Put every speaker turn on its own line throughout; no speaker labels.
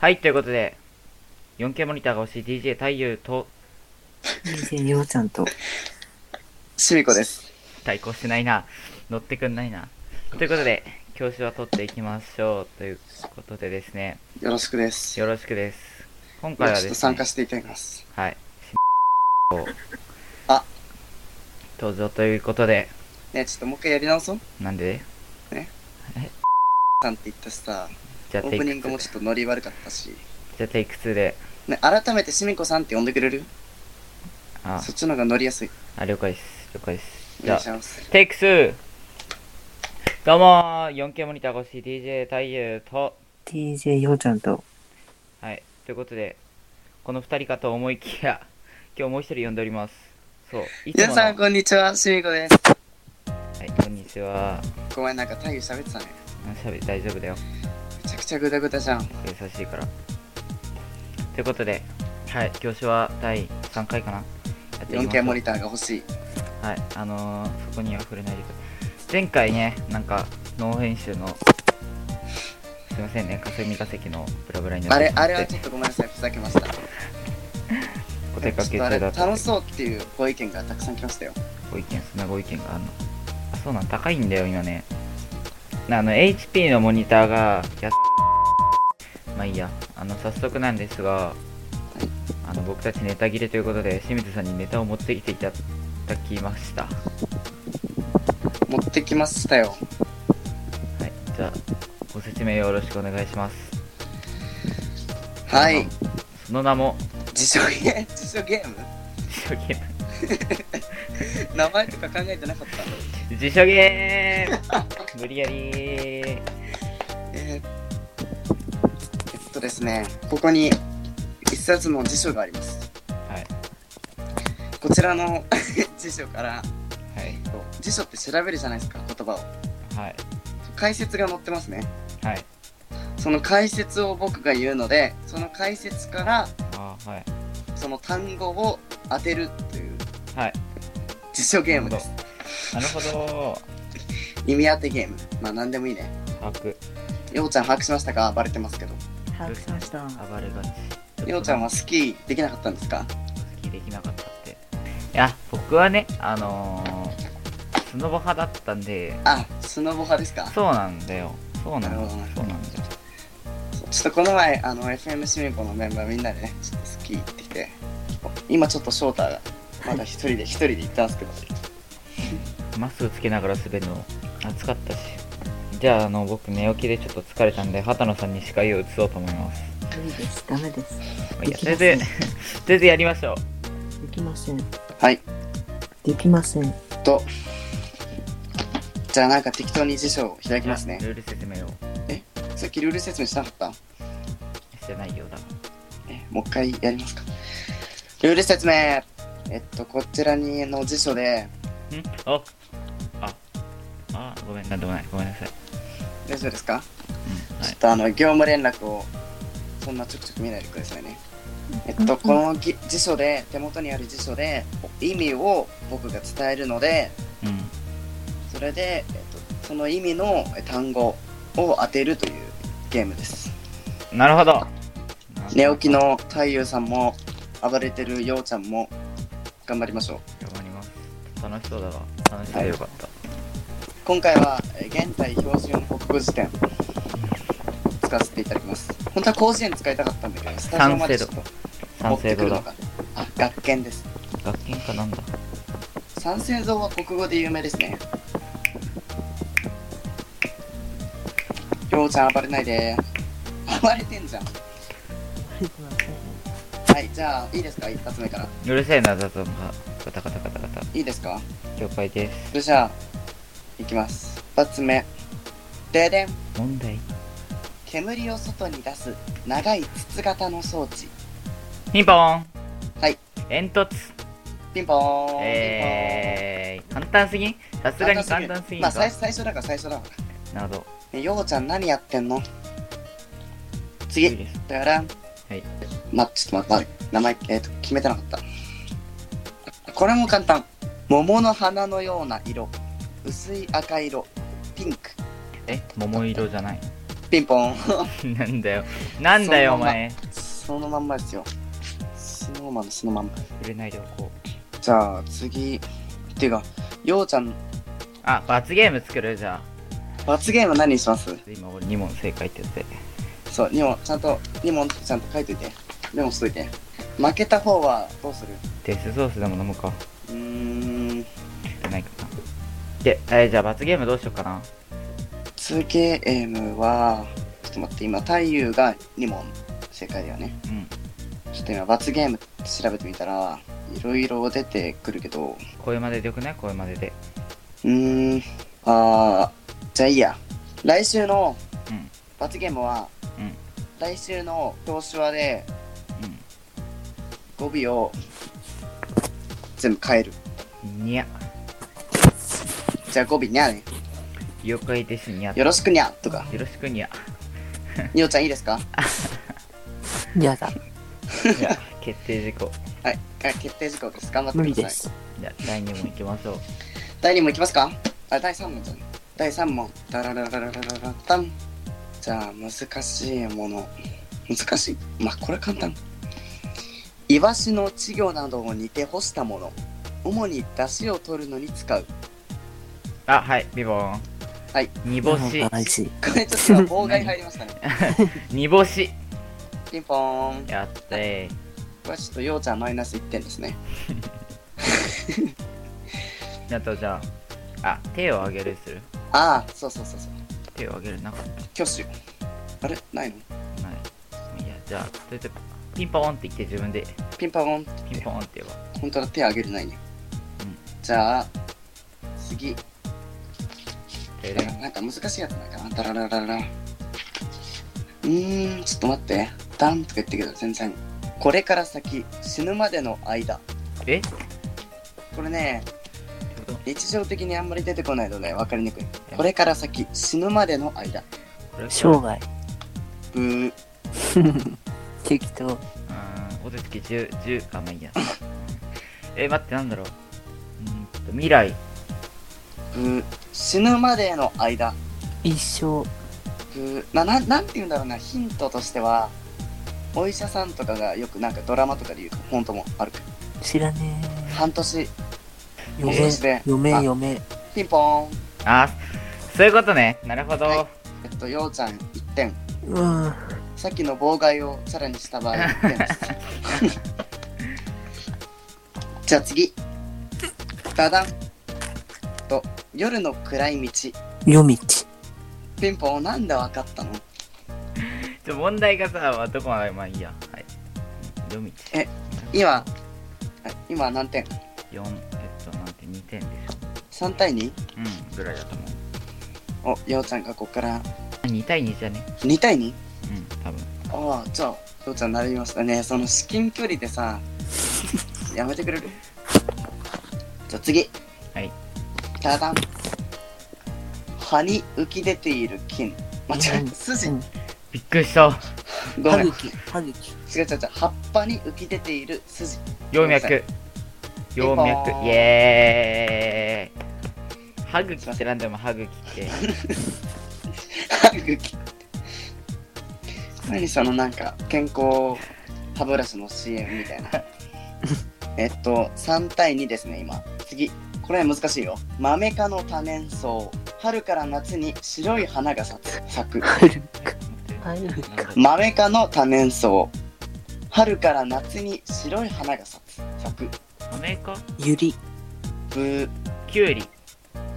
はい、ということで、4K モニターが欲しい DJ 太陽と
人ようちゃんと。
シミコです。
対抗してないな。乗ってくんないな。ということで、教師は取っていきましょう。ということでですね、
よろしくです。
よろしくです。今
ちょ
回は
っ
で
と
す
参
ね
加、していただきます。
はい。
あ
登場ということで、
ねえちょっともう一回やり直そう。
なんで
さんって言ったしさ、
じゃあ
オ
テ
ー
イ
プ
ク
ニングも
2。
ちょっとノリ悪かったし。
じゃあテイク2で。
ね、改めてシミコさんって呼んでくれる
あ、
そっちの方が乗りやすい。
あ了解です。了解です。
お
じゃ
願い
あ
し、ます。
テイク2。どうもー、4K モニター越し DJ 太陽と、
DJ ようちゃんと。
はい、ということで、この2人かと思いきや、今日もう1人呼んでおります。そう、いつ
皆
もの、
さ
は
ん、こんにちは。シミコです。
い、こんにちは。
ごめん、なんか太陽喋ってたね。
しゃべ大丈夫だよ。
めちゃくちゃグダグダじゃん。
優しいから。ということで、はい、教師は第3回かな。やっていきましょ
4K
う
モニターが欲しい。
はい、あのー、そこには触れないでください。前回ね、なんか、ノー編集の、すいませんね、霞が関のブラブラにな
あ
って
れ
し、ま
あ
っ
れは
て
ちょっとごめんなさい。ふざけました。
お
ちょ
出か
っ
け
とあ
中
れ、
だったん
楽
で
しそうっていうご意見がたくさん来ましたよ。
ご意見そんなご意見があるのあそうなん高いんだよ今ねあの HP のモニターがやっまあいいやあの早速なんですがあの僕たちネタ切れということで清水さんにネタを持ってきていただきましたは
持ってきましたよ。
いじゃあご説明よろしくお願いします
はい。
その名も
自称ゲーム、自称ゲーム
自称ゲー
名前とか考えてなかった
ム自称ゲ ーム無理やり
えーえっとですね、ここに一冊の辞書があります。
はい
こちらの 辞書から、
はい
こう辞書って調べるじゃないですか、言葉を。
はい
解説が載ってますね。
はい
その解説を僕が言うので、その解説から
あーはい
その単語を当てるという
はい
辞書ゲームです。
なるほど
意味当てゲーム。まあ何でもいいね。
把握
ようちゃん把握しましたかバレてますけど。
把握しました。
暴れがち
ようちゃんはスキーできなかったんですか
スキーできなかったっていや僕はねあのー、スノボ派だったんで
あ、スノボ派ですか
そうなんだよそうなんだ
な
よ
るほどね
そうなんだよ
ちょっとこの前、あの、FM シミコのメンバーみんなでね、ちょっとスキー行ってきて、今ちょっと翔太が、まだ一人で、一人で行ったんですけど、
マスクつけながら滑るの暑かったしじゃああの僕寝起きでちょっと疲れたんで畑野さんに司会を移そうと思います
無理です。ダメです。
まあいいや
でき
そ
ま
れで
せん
それでやりましょう
できません。
はい、
できません。
と、じゃあなんか適当に辞書を開きますね。
ルール説明を
さっきルール説明しなかった
してないようだが
えもう一回やりますか。ルール説明えっと、こちらにの辞書で、
んあああごめんなんでもないごめんなさい、
大丈夫ですか、
うんは
ちょ
い
っ、とあの、業務連絡を、そんなちょくちょく見ないでくださいね。えっと、このぎ辞書で、手元にある辞書で、意味を僕が伝えるので、
うん
それで、えっと、その意味のえ単語を当てるというゲームです
なるほど
寝起きの太陽さんも暴れてるようちゃんも頑張りましょう
頑張ります楽しそうだわ楽しそうでよかった、
今回はえ現在標準国語辞典使わせていただきます本当は甲子園使いたかったんだけどスタジオまでちょっと持
三
って
省
く
堂
るの
だ
があ学研です
学研かなんだ
三省堂は国語で有名ですねようちゃん暴れないで暴れてんじゃん
できません。
はいじゃあいいですか一発目から
うるせえな雑音がガタガタガタガタ
いいですか
了解です
それじゃあ、いきます。一発目。ででん。
問題
煙を外に出す長い筒型の装置。
ピンポーン
はい
煙突
ピンポーン。
えー、簡単すぎんさす
ピンポーン
がに簡単すぎんか、
まあ最最初だから最初だか
なるほど
ら。ねようちゃん何やってんの
いい
次。
です
だから、
はい
ま、ちょっと待って、ま、名前、えっ、と、決めてなかった。これも簡単。桃の花のような色。薄い赤色。ピンク。
え桃色じゃない
ピンポン
なんだよ。なんだよ、お
その
前。
ままそのまんまですよスノーマンのそのまんま
売れないでおこう。
じゃあ次っていうかようちゃん
あ、罰ゲーム作るじゃ
罰ゲーム何にします
あ。今俺2問正解ってやつで。
そう2問ちゃんと2問ちゃんと書いといてメモしといて負けた方はどうする
デスソースでも飲むか。
うーん
ってないかな。で、えーじゃあ罰ゲームどうしようかな。
罰ゲームはちょっと待って今太陽が2問正解だよね
うん。
ちょっと今罰ゲーム調べてみたらいろいろ出てくるけど
声まででよくない声までで。
うーんあーじゃあいいや来週の
うん。
罰ゲームは、
うん
来週の表紙話で
う
語尾を全部変える
ん。にゃ。
じゃあ語尾にゃね
了解です、にゃ。
よ
よ
ろしくにゃ とか
ろしく にゃ。
におちゃんいいですか
やだ。
いや、決定事項。
はいが決定事項です頑張って
無
く
理
ださい
です。
じゃあ、第2問いきましょう。
第2問いきますかあ第3問じゃん第3問ダラララララララタンじゃあ難しいもの難しいまあこれ簡単イワシの稚魚などを煮て干したもの主に出汁を取るのに使う
あ、はい、ビボン。
はい。
煮干し
なん。か大事。
これちょっと今妨害入りましたね
煮干し。
ピンポーン
やったー。
これちょっとようちゃんマイナス1点ですね
あと、じゃあ、あ、手を挙げるする。
ああそうそうそうそう
手を挙げるなかっ
挙手あれないの
た。ない。いや、じゃあ、とりあえず、ピンポーンって言って自分で、
ピンポーン
ピンポーンって言えば。
本当は手あげるないね、
うん
じゃあ次
で
なんかなんか難しいやつなんかなダラララララうーんちょっと待ってダンとか言ってるけど全然これから先死ぬまでの間
え
これね
ちょっ
日常的にあんまり出てこないので分かりにくいこれから先死ぬまでの間
とこれ
生涯。
ブー
適当。
うーん、お手つき10、10、あ、まあいいや。え、待って、なんだろう。うーんと、未来。
ブー死ぬまでの間
一生。
ブーなななんて言うんだろうなヒントとしてはお医者さんとかがよくなんかドラマとかで言う本当もあるから
知らね
半年
え。
えー
嫁
半年で、
嫁
あ
嫁。
ピンポーン
あ、そういうことね。なるほど。
はえっとようちゃん1点
うん。
さっきの妨害をさらにした場合1点ですじゃあ次ダダンと夜の暗い道
夜道。
ピンポンなんでわかったの
ちょ問題がさ、まあどこまで、まあいいや。はい。どみち。
え今あ今何点
4、えっと、なんて2点でしょ。
3対 2?
うん、ぐらいだと思う。
おようちゃんがここから
2対2じゃね。
2対
う
2?
ん、多分。
ああじゃあようちゃん並びましたねその至近距離でさやめてくれるじゃあ次
はい
ダダン葉に浮き出ている金間違えた筋
うん
びっくりした。
ご
歯
めん違う
茎。歯茎。
違う違う葉っぱに浮き出ている筋
葉脈。
ピンポ
葉
ーン
脈。イエーイ。歯茎ってなんでも歯茎って。
歯茎 何そのなんか健康歯ブラシの CM みたいなえっと3対2ですね今次これは難しいよマメ科の多年草春から夏に白い花が咲く咲く
春
なんだろう
マメ科の多年草春から夏に白い花が咲く咲く
アメリカ
ゆり。
ブー
キュウリ。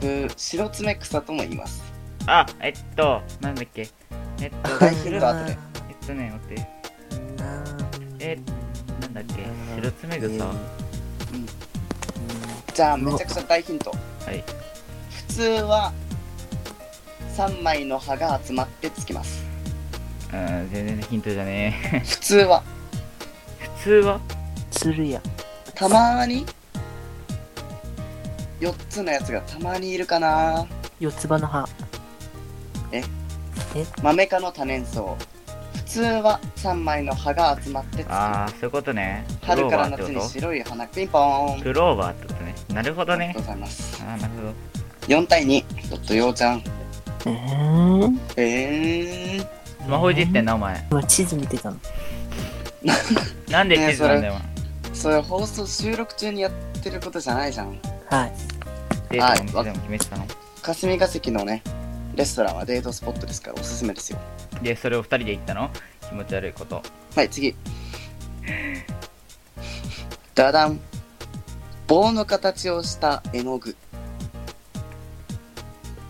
ブー白爪草とも言います
あ、えっと、なんだっけ。えっと、
はいヒルダー
で。
えっとね、待って。えなんだっけ白爪草
うん
じゃあめちゃくちゃ大ヒント
はい。
普通は3枚の葉が集まってつきます
うん、全然ヒントじゃね
普通は
え。普通は
つるや。
たまーに4つのやつがたまにいるかな
四つ葉の葉。
マメ科の多年草普通は3枚の葉が集まってつきま
あー、そういうことね。
す
クロ
春
ー
か
バ
ら
ーって
夏に
こ
白い花ピンポー
と
ン
クローバーってことね。なるほど
ありが
ね
と。うございます
あー、なるほど。
4対2ちょっとようちゃん
えー、
えー、
スマホいじってんな、お前。
今地図見てたの。
なんで地図なんだよ、
それ放送収録中にやってることじゃないじゃん。
はい。
お前。デートのお店でも決めてたの。
霞が関のね、レストランはデートスポットですからおすすめですよ。
で、それを二人で行ったの気持ち悪いこと。
はい、次。ダダン。棒の形をした絵の具。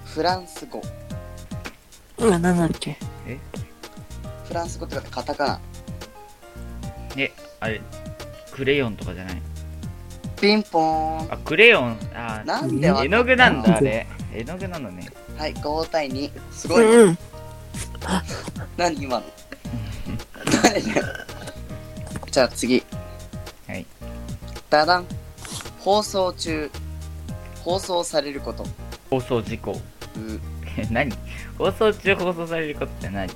フランス語。
うん、なんだっけ
フランス語ってカタカナ。
え、あれ、クレヨンとかじゃない。
ピンポーン。
あ、クレヨン、あー、
なんでわか
絵
った
の具なんだ、あれ。絵の具なのね。
はい、5対2。すごいね。
うん。
何今の誰だよじゃあ次
はい
ダダン放送中放送されること
放送事故。
う
え何放送中放送されることって何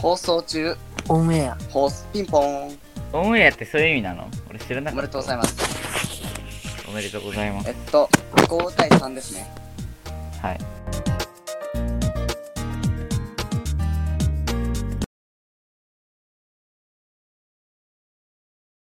放送中
オンエア。
放送ピンポーン
オンエアってそういう意味なの俺知らな
お
か
め
った
でとうございます
おめでとうございます
えっと5対3ですね
はい